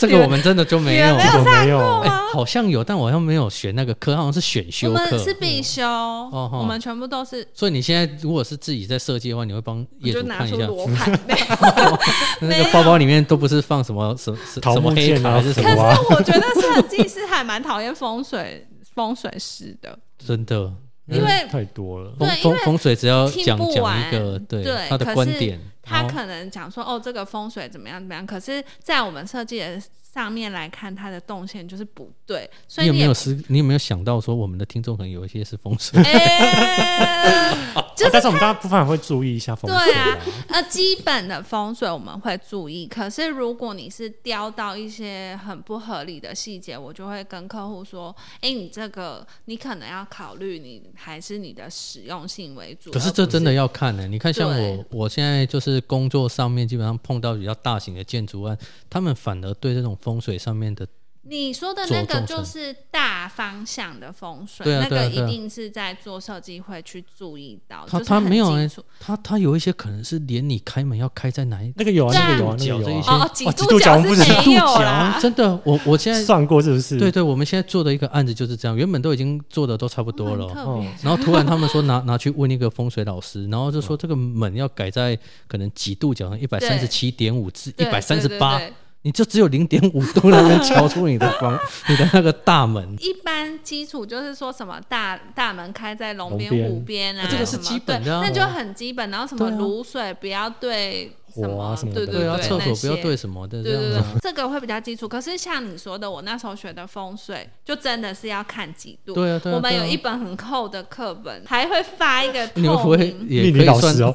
这个我们真的就没你有们没有我没有，哎、好像有，但我好像没有选那个课，好像是选我修们课。哦是必修，吼我们全部都是。所以你现在如果是自己在设计的话，你会帮我业就主拿看出一下，罗盘，没有 那没有个包包里面都不是放什么什么什桃什么木黑剑卡啊还是什什么么啊，啊，我觉得设计师还蛮讨厌风水风水师哦的，真的。因为太多了。风对因风为风水只要听讲不讲一完个对对他的可观是点，他然后可能讲说哦，这个风水怎么样怎么样，可是，在我们设计的上面来看，它的动线就是不对，所以你有没也有思？你有没有想到说，我们的听众可能有一些是 风水？哎就啊是但是我们大部分还会注意一下风水对啊，呃，基本的风水我们会注意，可是如果你是雕到一些很不合理的细节，我就会跟客户说：“哎、你这个你可能要考虑你还是你的实用性为主。”可是而这不真的要看呢、你看，像我对，我现在就是工作上面基本上碰到比较大型的建筑案，他们反而对这种风水上面的你说的那着个重就什么是大方向的风水，对啊那对个啊一对啊定是在做设计会去注意到，他就是他很没有清欸楚它它有一些可能是连你开门要开在哪一那个有啊，对啊那个有角啊，那个这有一啊，些哦，度哦几度角角不是是没几有度角啦，真的，我我现在算过是不是？哦对，对，我们现在做的一个案子就是这样，原本都已经做的都差不多了很哦。特哦别。然后突然他们说拿拿去问一个风水老师，然后就说这个门要改在可能几度角，一百三十七点五至一对百三十八对对，对你就只有零点五度那边敲出你的房你的那个大门，一般基础就是说什么大大门开在龙边龙边湖边啊，啊这个什是么基本的啊对那就很基本。然后什么对啊卤水不要对火啊什 么对的对对，啊，厕所不要那对些。什么的对这对对，样子。对这个会比较基础。可是像你说的，我那时候学的风水，就真的是要看几度。对啊对啊我们对啊有一本很厚的课本，还会发一个 你会不透会明。也命可以理老算师 哦，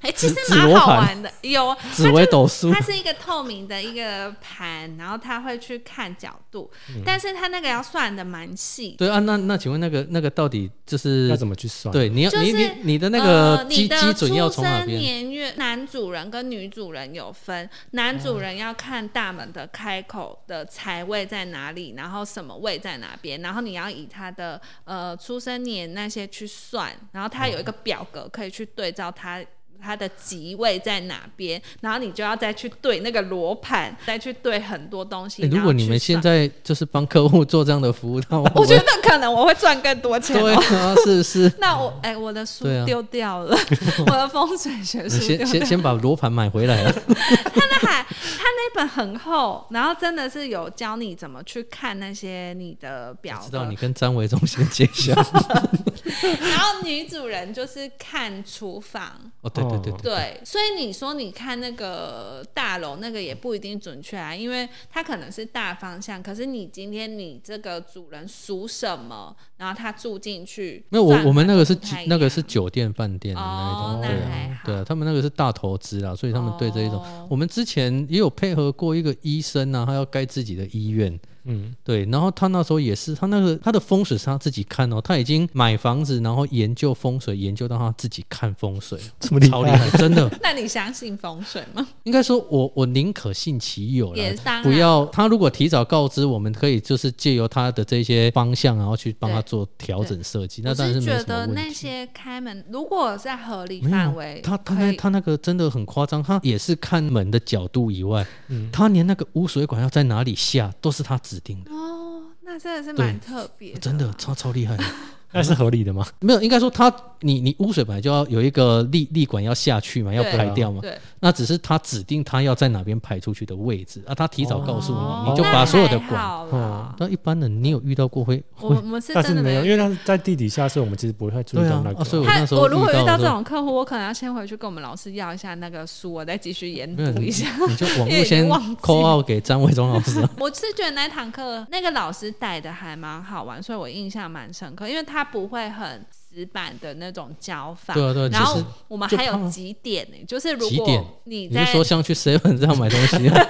哎、其实紫蛮罗好盘玩的，有啊紫微斗 数它？是一个透明的一个盘，然后它会去看角度，嗯但是它那个要算的蛮细的。对啊，那那请问那个那个到底就是 要怎么去算？，对，你要、就是你你你的那呃个你基、的基准要出从哪生边？年月男主人跟女主人有分，男主人要看大门的开口的财位在哪里，然后什么位在哪边，然后你要以他的呃出生年那些去算，然后他有一个表格可以去对照他。他的吉位在哪边？然后你就要再去对那个罗盘，再去对很多东西。诶然如后果你去们算，现在就是帮客户做这样的服务，那我我们觉得可能我会赚更多钱、哦。对啊，是不 是？那我哎、我的书对啊丢掉 了，我的风水学你书丢先掉先。先把罗盘买回来啊！那还他那本很厚，然后真的是有教你怎么去看那些你的表知道格你。跟张维忠先接下。 然后女主人就是看厨房，哦，对对对对，对，所以你说你看那个大楼那个也不一定准确啊，因为它可能是大方向，可是你今天你这个主人属什么，然后他住进去，没有我算法我们那个是就不太一样那个是酒店饭店的那一哦种，，那对啊还好，对啊，他们那个是大投资啦，所以他们对这一种，哦我们之前也有配合过一个医生啊，他要盖自己的医院，嗯，对，然后他那时候也是，他那个他的风水是他自己看哦，他已经买房子，然后研究风水，研究到他自己看风水，这么厉超厉害，害，真的。那你相信风水吗？应该说我我宁可信其有啦也当然不要他如果提早告知，我们可以就是借由他的这些方向，然后去帮他对做调整设计，那我当然是是没觉什么得问那题。些开门，如果在合理没有范围，他可他那以他那个真的很夸张，他也是看门的角度以外，嗯他连那个污水管要在哪里下都是他指定的，哦，那真的是啊对蛮特别，真的。超超厉害的。 那是合理的吗？没有，应该说他你你污水本来就要有一个立立管要下去嘛，要对排掉嘛。对，啊那只是他指定他要在哪边排出去的位置啊，他提早告诉你，哦你就那把所有的还管。哦好啦那一般人你有遇到过会我会我们是但是真的没有，因为为它是在地底下，所以我们其实不会太注意对到啊那个。啊所以我他那时候我如果遇到遇到的这时候种客户，我可能要先回去跟我们老师要一下那个书，我再继续研没有读一下。你就网因为 络已经先忘记 call out 给张伟忠老师啊， 我是觉得那堂课那个老师带的还蛮好玩，所以我印象蛮深刻，因为他不会很死板的那种教法。对啊对啊然其后实我们就还怕有几点呢、就是如几点果你你在是说像去 seven 这样买东 西啊？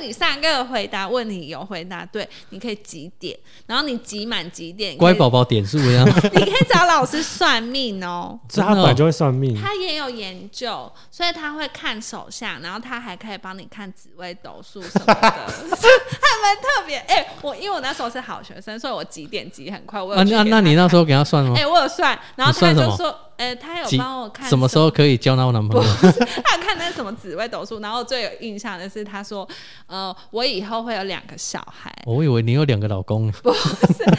你上个回答问题有回答对，你可以几点，然后你集满几点，乖你可宝宝点数一 样，以，你可以找老师算命哦。所以他本来就会算命，他也有研究，所以他会看手相，然后他还可以帮你看紫微斗数什 么的，还蛮特别。哎、我因为我那时候是好学生，所以我几点集很快。我啊有去那给那你他那时候给他算吗哎、？我有算，然后你算他什就么说，哎、他有几帮我看什么时候可以交到男朋友？ 他有看那什么紫微斗数，然后最有印象的是他说，呃，我以后会有两个小孩， 我以为你有两个老 公呢，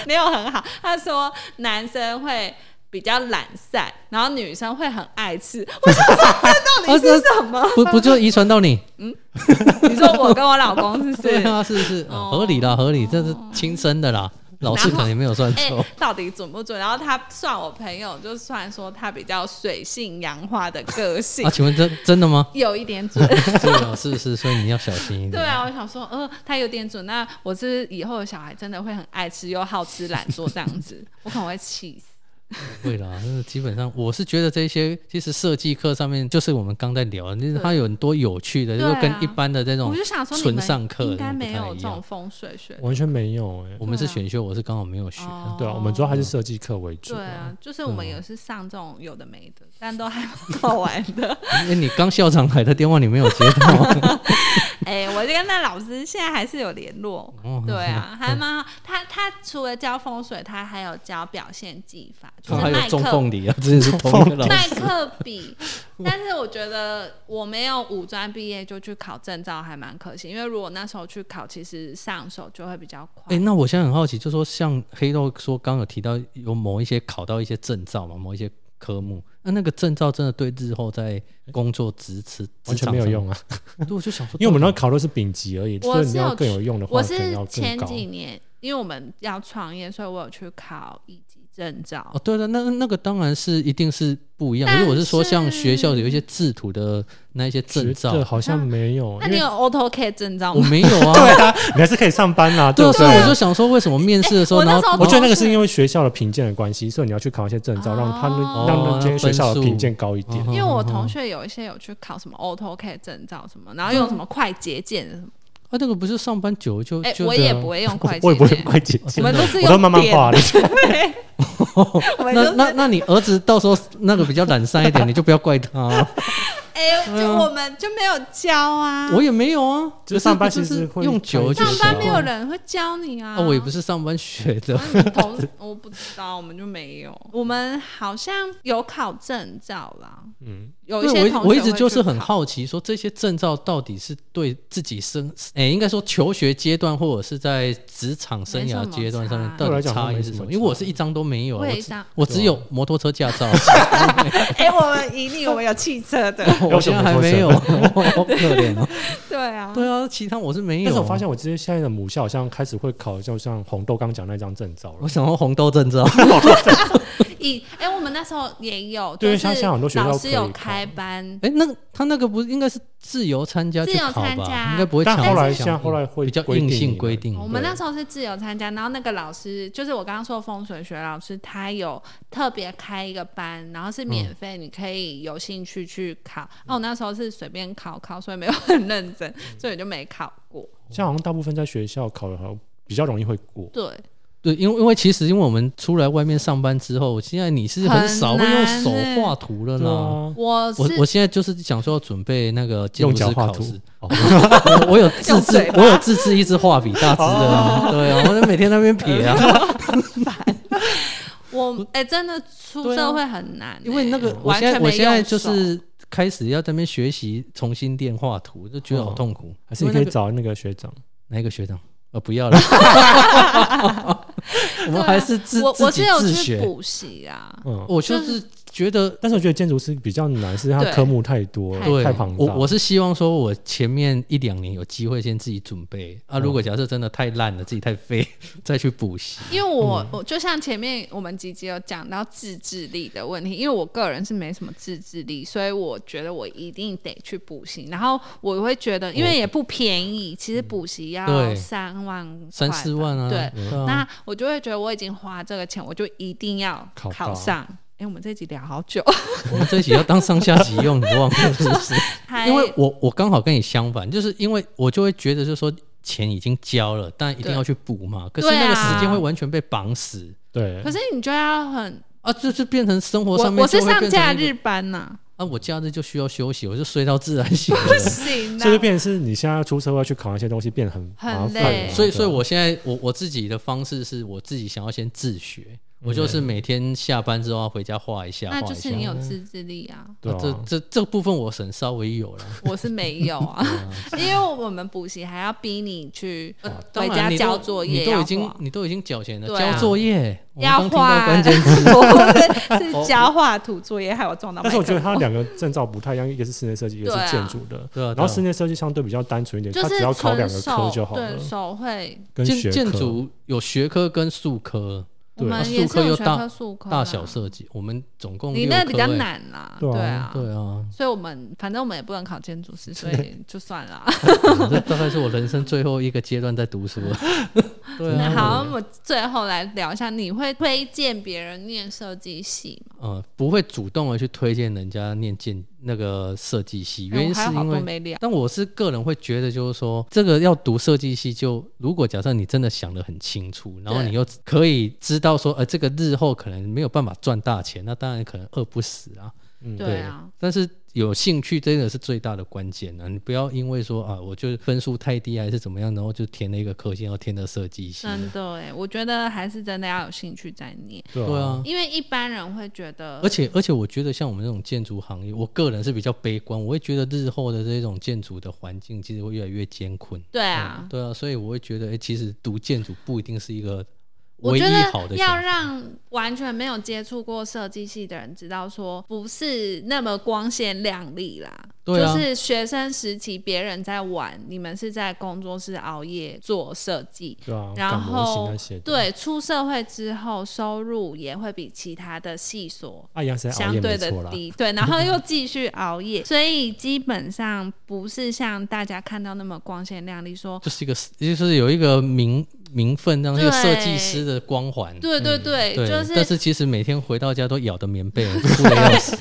没有很好。他说男生会比较懒散，然后女生会很爱吃。我想说 这到底是什么？啊不不就遗传到你？ 你说我跟我老公是不对是？啊，是哦是哦合理啦，合理，这是亲生的啦，老师可能也没有算 哎、错。到底准不准？然后他算我朋友，就算说他比较水性杨花的个性？啊，，请问真真的吗 有一点准。对啊，是是，所以你要小心一点。对啊，我想说，呃，他有点准。那 我是不是以后的小孩真的会很爱吃又好吃懒做这样子，我可能会气死。不会啦， 那基本上我是觉得这些其实设计课上面就是我们刚在聊的，就是它有很多有趣的，就对啊是跟一般的这种我就想说，你纯上们课应的该不没太有一这样种。风水学。完全没有哎、我们是对啊选修，我是刚好没有学。哦对啊，我们主要还是设计课为主。对啊，就是我们嗯也是上这种有的没的，但都还蛮好玩的。 哎、你刚校长来的电话你没有接到？哎、我跟那老师现在还是有联络。哦哦对啊，还蛮好。他他除了教风水，他还有教表现技哦法，就他是还麦有克中凤梨啊， 这是同一个 老麦师。克 笔，但是我觉得我没有五专毕业就去考证照，还蛮可惜。因为如果那时候去考，其实上手就会比较哎、快。那我现在很好奇，就说像黑豆说刚有提到有某一些考到一些证照嘛，某一些科目，那那个证照真的对日后在工作职职完职全场没有上用啊，面。对，我就想说，因为我们那考的是丙级而已，我所以是你有要更有用的话，我可能是要更前高。几年，因为我们要创业，所以我有去考一级证照哦，。对对，那那个当然是一定是不一样。可但是我是说，是像学校有一些制图的那一些证觉得照，好像没有，那因你为有 AutoCAD 证照我吗？没有啊。对啊，你还是可以上班啦，对啊对，啊不所以我对？就想说，为什么面试的时哎我候，那然时后候我觉得那个是因为学校的评鉴的关系，所以你要去考一些证照，让他们哦让那间学校的分数评鉴高一点嗯。哼 因为我同学有一些有去考什么 AutoCAD 证照什么，然后用什么快捷键什么，啊，那个不是上班久了就哎、就啊我也不会用快 我捷也不键，会快捷 我键，们都是我都用慢慢点画的。 对，我们那都那是那你儿子到时候那个比较懒散 一点，你就不要怪他 啊。哎、就我们就没有教啊，我也没有啊，就可上班就其实是会用久了就上看一习下班没有惯人会教你啊，啊，我也不是上班学的。那你同我不知道，我们就没有，我们好像有考证照啦，嗯，有一对，些我一同学我一直就是会去很考，好奇，说这些证照到底是对自己生，诶、应该说求学阶段或者是在职场生涯阶段上面没什么差到底对我来讲差它异没是什什么么？因为我是一张都没有啊，我也我一只张我只有摩托车驾 照，哎、我们以你，我们有汽车的，我现在还没有， 好可怜哦。 对啊， 对啊，其他我是没有。但是我发，现我之前现在的母校好像开始会考，就像红豆刚讲那张证照了我。想要红豆证照，以哎、我们那时候也有，对就像是像很多学校老师可以有考开班，诶、那他那个不是应该是自由参加去考自由参吧？加应该不会强但制后来强现在后来会比较规定硬你性的规定。我们那时候是自由参加，然后那个老师就是我刚刚说的风水学老师，他有特别开一个班，然后嗯是免费，你可以有兴趣去考。哦，我那时候是随便考考，所以没有 很认真，嗯所以我就没考过。像好像大部分在学校考的，好像比较容易会过。对，对，因为因为其实因为我们出来外面上班之后，现在你是很少会用手画图了对啦。啊，我我欸是我现在就是想说要准备那个建筑用脚师画考图哦试， 我 我有自用制嘴，哦我有自制一支画笔大支的啊，对啊，我就每天在那边 撇啊，我哎、真的出对啊社会很难欸、因为那个我完现在全没我现在就用手是开始要在那边学习重新练画图，就觉得好痛苦。哦还是你因为可那以个找那个学长，哪一个学长？呃，不要了， 我们还是自我自啊我己是有自去学。补习啊，嗯，我就就是觉得但是我觉得建筑师比较难，是它对科目太多了，对，太庞大。我我是希望说，我前面一两年有机会先自己准备嗯啊。如果假设真的太烂了，自己太废， 再去补 习。因为我、我就像前面我们几集有讲到自制力的问题，因为我个人是没什么自制力，所以我觉得我一定得去补习。然后我会觉得，因为也不便宜，其实补习要对三万嗯块吧、三四万啊，对，啊那我就会觉得我已经花这个钱，我就一定要考到考上。哎、我们这集聊好久，我们这一集要当上下集用，你忘了 是不是？还因为我我刚好跟你相反，就是因为我就会觉得，就是说钱已经交了，但一定对要去补嘛。可是对啊那个时间会完全被绑死对可，是你就要很，啊，这就变成生活我上面我是就会上变成假一个日班呐、啊，我假日就需要休息，我就睡到自然 醒了。不 行所以就啊。变成是你现在要出社会去考那些东西，变得很麻很烦累了。所以，所以对啊我现在我我自己的方式是我自己想要先自学，嗯我就是每天下班之后要回家画一下，那画就一下是。你有自制力啊。对啊这啊，这这部分我省稍微有了，我是没有 啊， 因为我们补习还要逼你去哦当回家然你都交作业你都要已经画你都已经缴钱了，对啊交作业我们要刚听到画关 键 哦我是是交画图作业，害我撞到麦啊克但是我风。觉得它两个证照不太一样，一个是室内设计，一个对是啊建筑的。对啊，然后室内设计相对比较单纯一点，就它是只要考两纯个手科就好了对，手绘啊跟建学科建筑有学科跟术科，对我对们啊数也科是有又学大科数科大啦小设计，我们总共你六那科比较欸。难啦，对啊，啊对啊， 所以我们反正我们也不能考建筑师，所以就算了啊。这大概是我人生最后一个阶段在读书了。 对那啊， 好，我们最后来聊一下，你会推荐别人念设计系吗？呃，不会主动的去推荐人家念建那个设计系，原哎因我是还有好因多为没聊。但我是个人会觉得，就是说，这个要读设计系就，如果假设你真的想得很清楚，然后对你又可以知道说，呃，这个日后可能没有办法赚大钱，那当然可能饿不死啊。嗯对啊，但是有兴趣真的是最大的关键啊！你不要因为说啊，我就分数太低还是怎么样，然后就填了一个科系，然后填的设计系。真的哎，我觉得还是真的要有兴趣再念，对，啊，因为一般人会觉得，而且而且，我觉得像我们这种建筑行业，我个人是比较悲观，我会觉得日后的这种建筑的环境其实会越来越艰困。对啊，对啊，所以我会觉得，哎、其实读建筑不一定是一个我唯一觉好得的选要择。让完全没有接触过设计系的人知道，说不是那么光鲜亮丽啦。对啊就是学生时期别人在玩，你们是在工作室熬夜做设计。对哦啊，然赶模型后那些的，对，出社会之后收入也会比其他的系所啊，一样是在熬相夜对没的错啦，低，对，然后又继续熬夜，所以基本上不是像大家看到那么光鲜亮丽，说就是一个，就是有一个名名分，让这个设计对师的光环。对对对，嗯对，就但是其实每天回到家都咬的 棉被，哭的要死。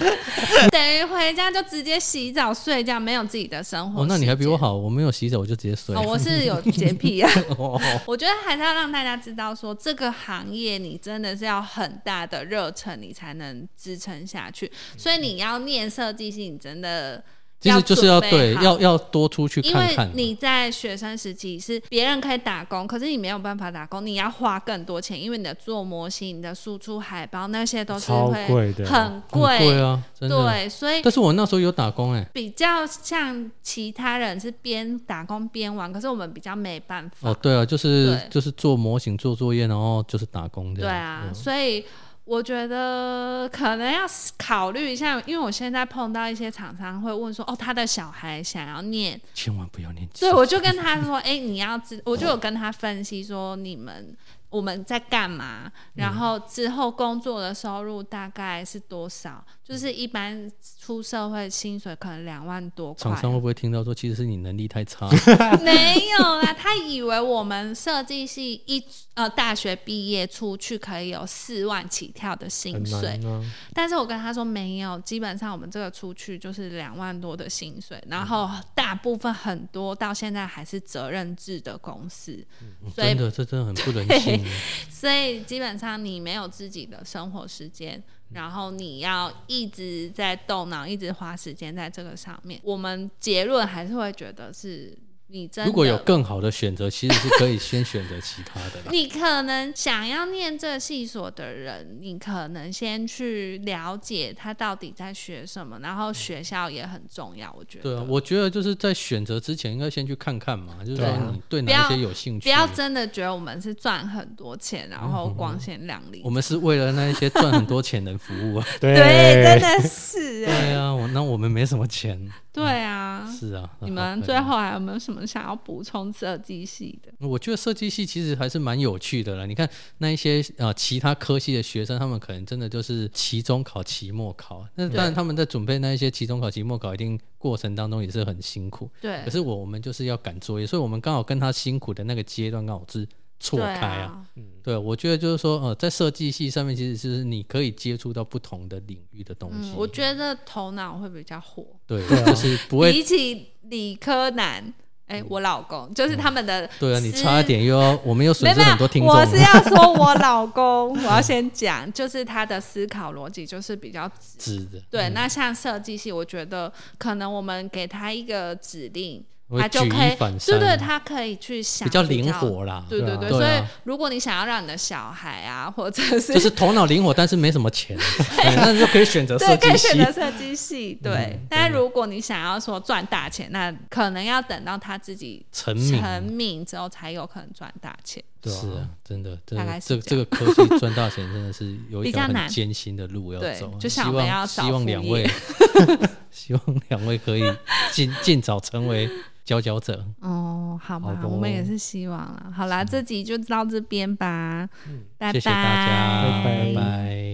等于回家就直接洗澡睡觉，没有自己的生活。哦，那你还比我。好，我没有洗澡我就直接睡。哦，我是 有洁癖啊。哦，我觉得还是要让大家知道说这个行业你真的是要很大的热忱，你才能支撑下去。所以你要念设计系，你真的其实就是要准对备好要要多出去因看为看。啊你在学生时期是别人可以打工，可是你没有办法打工，你要花更多钱，因为你的做模型、你的输出海报那些都是超会贵的很很贵。贵啊，真的。对，所以但是我那时候有打工哎。比较像其他人是边打工边玩，可是我们比较没办法。哦，对啊，就是对就是做模型、做作业，然后就是打工这对样。啊，所以我觉得可能要思考虑一下，因为我现在碰到一些厂商会问说，哦，他的小孩想要念，千万不要念。所以我就跟他说，哎、你要知，我就有跟他分析说你们。我们在干嘛？嗯然后之后工作的收入大概是多少？就是一般出社会薪水可能两万多块厂，商会不会听到说，其实是你能力太差？没有啦，他以为我们设计系一呃大学毕业出去可以有四万起跳的薪很水，难啊，但是我跟他说没有，基本上我们这个出去就是两万多的薪水，然后大部分很多到现在还是责任制的公司，所 嗯真以的，这真的很不人 性。啊所以基本上你没有自己的生活时间，然后你要一直在动脑，一直花时间在这个上面。我们结论还是会觉得是你真的如果有更好的选择，其实是可以先选择其他的 啦。你可能想要念这系所的人，你可能先去了解他到底在学什么，然后学校也很重要，我觉得。嗯对啊，我觉得就是在选择之前，应该先去看看嘛，就是对啊说你对不要哪一些有兴趣。不要真的觉得我们是赚很多钱，然嗯后光鲜亮丽。我们是为了那一些赚很多钱人服务 啊。对对，真的是哎、对啊，我那我们没什么钱。对啊。是啊，你们好最。后还有没有什么想要补充设计系的？我觉得设计系其实还是蛮有趣的啦。你看那一些呃其他科系的学生，他们可能真的就是期中考、期末考。那当然他们在准备那一些期中考、期末考一定过程当中也是很辛苦。对可，是我我们就是要赶作业，所以我们刚好跟他辛苦的那个阶段刚好是错对开啊。啊，对，我觉得就是说，呃，在设计系上面，其实是你可以接触到不同的领域的东西。嗯，我觉得头脑会比较活。对，对啊就是不会，嗯比起理科男，哎、我老公就是他们的、对啊，你差一。点又要，我们又没损有失没很多听有，众我了。是要说我老公，我要先讲，就是他的思考逻辑就是比 较直。指的，对，那像设计系，我觉得可能我们给他一个指令，我他啊会就举可一以，反对三，啊对，他可以去想比较灵。活啦。对对对，对所啊以如果你想要让你的小孩啊，或者 是就是头脑灵活，但是没什么 钱，对 那就可以选择设啊对，可以计选系。嗯择设计系，对。但如果你想要说赚大钱，那可能要等到他自己成名成名之后才有可能赚大钱。对啊是啊，真的，真大的，概这是个这个科技赚大钱真的是有比一较条很难艰辛的路要对走啊。就像希我们望要希 找望副两业位，希望两位可以尽尽早成为佼佼者。哦，好吧，好的我们也是希望啦。好啦，这集就到这边吧，拜谢谢大家，拜拜拜